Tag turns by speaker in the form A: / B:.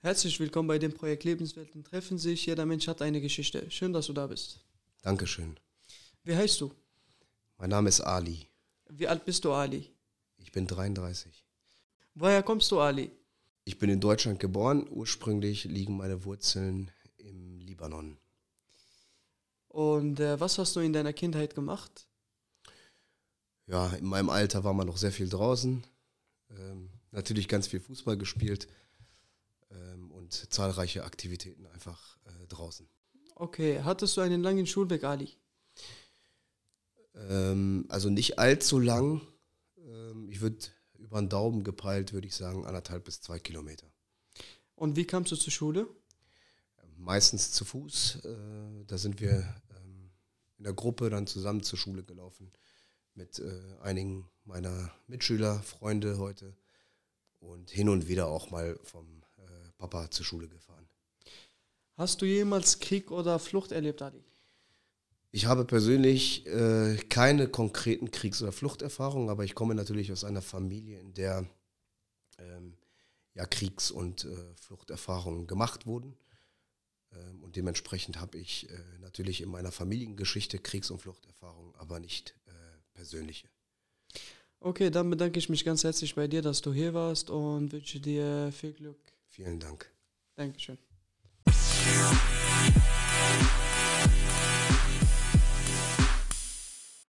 A: Herzlich willkommen bei dem Projekt Lebenswelten treffen sich. Jeder Mensch hat eine Geschichte. Schön, dass du da bist.
B: Dankeschön.
A: Wie heißt du?
B: Mein Name ist Ali.
A: Wie alt bist du, Ali?
B: Ich bin 33.
A: Woher kommst du, Ali?
B: Ich bin in Deutschland geboren. Ursprünglich liegen meine Wurzeln im Libanon.
A: Und äh, was hast du in deiner Kindheit gemacht?
B: Ja, in meinem Alter war man noch sehr viel draußen. Ähm, natürlich ganz viel Fußball gespielt ähm, und zahlreiche Aktivitäten einfach äh, draußen.
A: Okay, hattest du einen langen Schulweg, Ali?
B: Ähm, also nicht allzu lang. Ähm, ich würde über den Daumen gepeilt, würde ich sagen, anderthalb bis zwei Kilometer.
A: Und wie kamst du zur Schule?
B: Meistens zu Fuß. Äh, da sind wir ähm, in der Gruppe dann zusammen zur Schule gelaufen mit äh, einigen meiner Mitschüler, Freunde heute und hin und wieder auch mal vom äh, Papa zur Schule gefahren.
A: Hast du jemals Krieg oder Flucht erlebt, Ali?
B: Ich habe persönlich äh, keine konkreten Kriegs- oder Fluchterfahrungen, aber ich komme natürlich aus einer Familie, in der ähm, ja, Kriegs- und äh, Fluchterfahrungen gemacht wurden. Ähm, und dementsprechend habe ich äh, natürlich in meiner Familiengeschichte Kriegs- und Fluchterfahrungen, aber nicht äh, persönliche.
A: Okay, dann bedanke ich mich ganz herzlich bei dir, dass du hier warst und wünsche dir viel Glück.
B: Vielen Dank.
A: Dankeschön.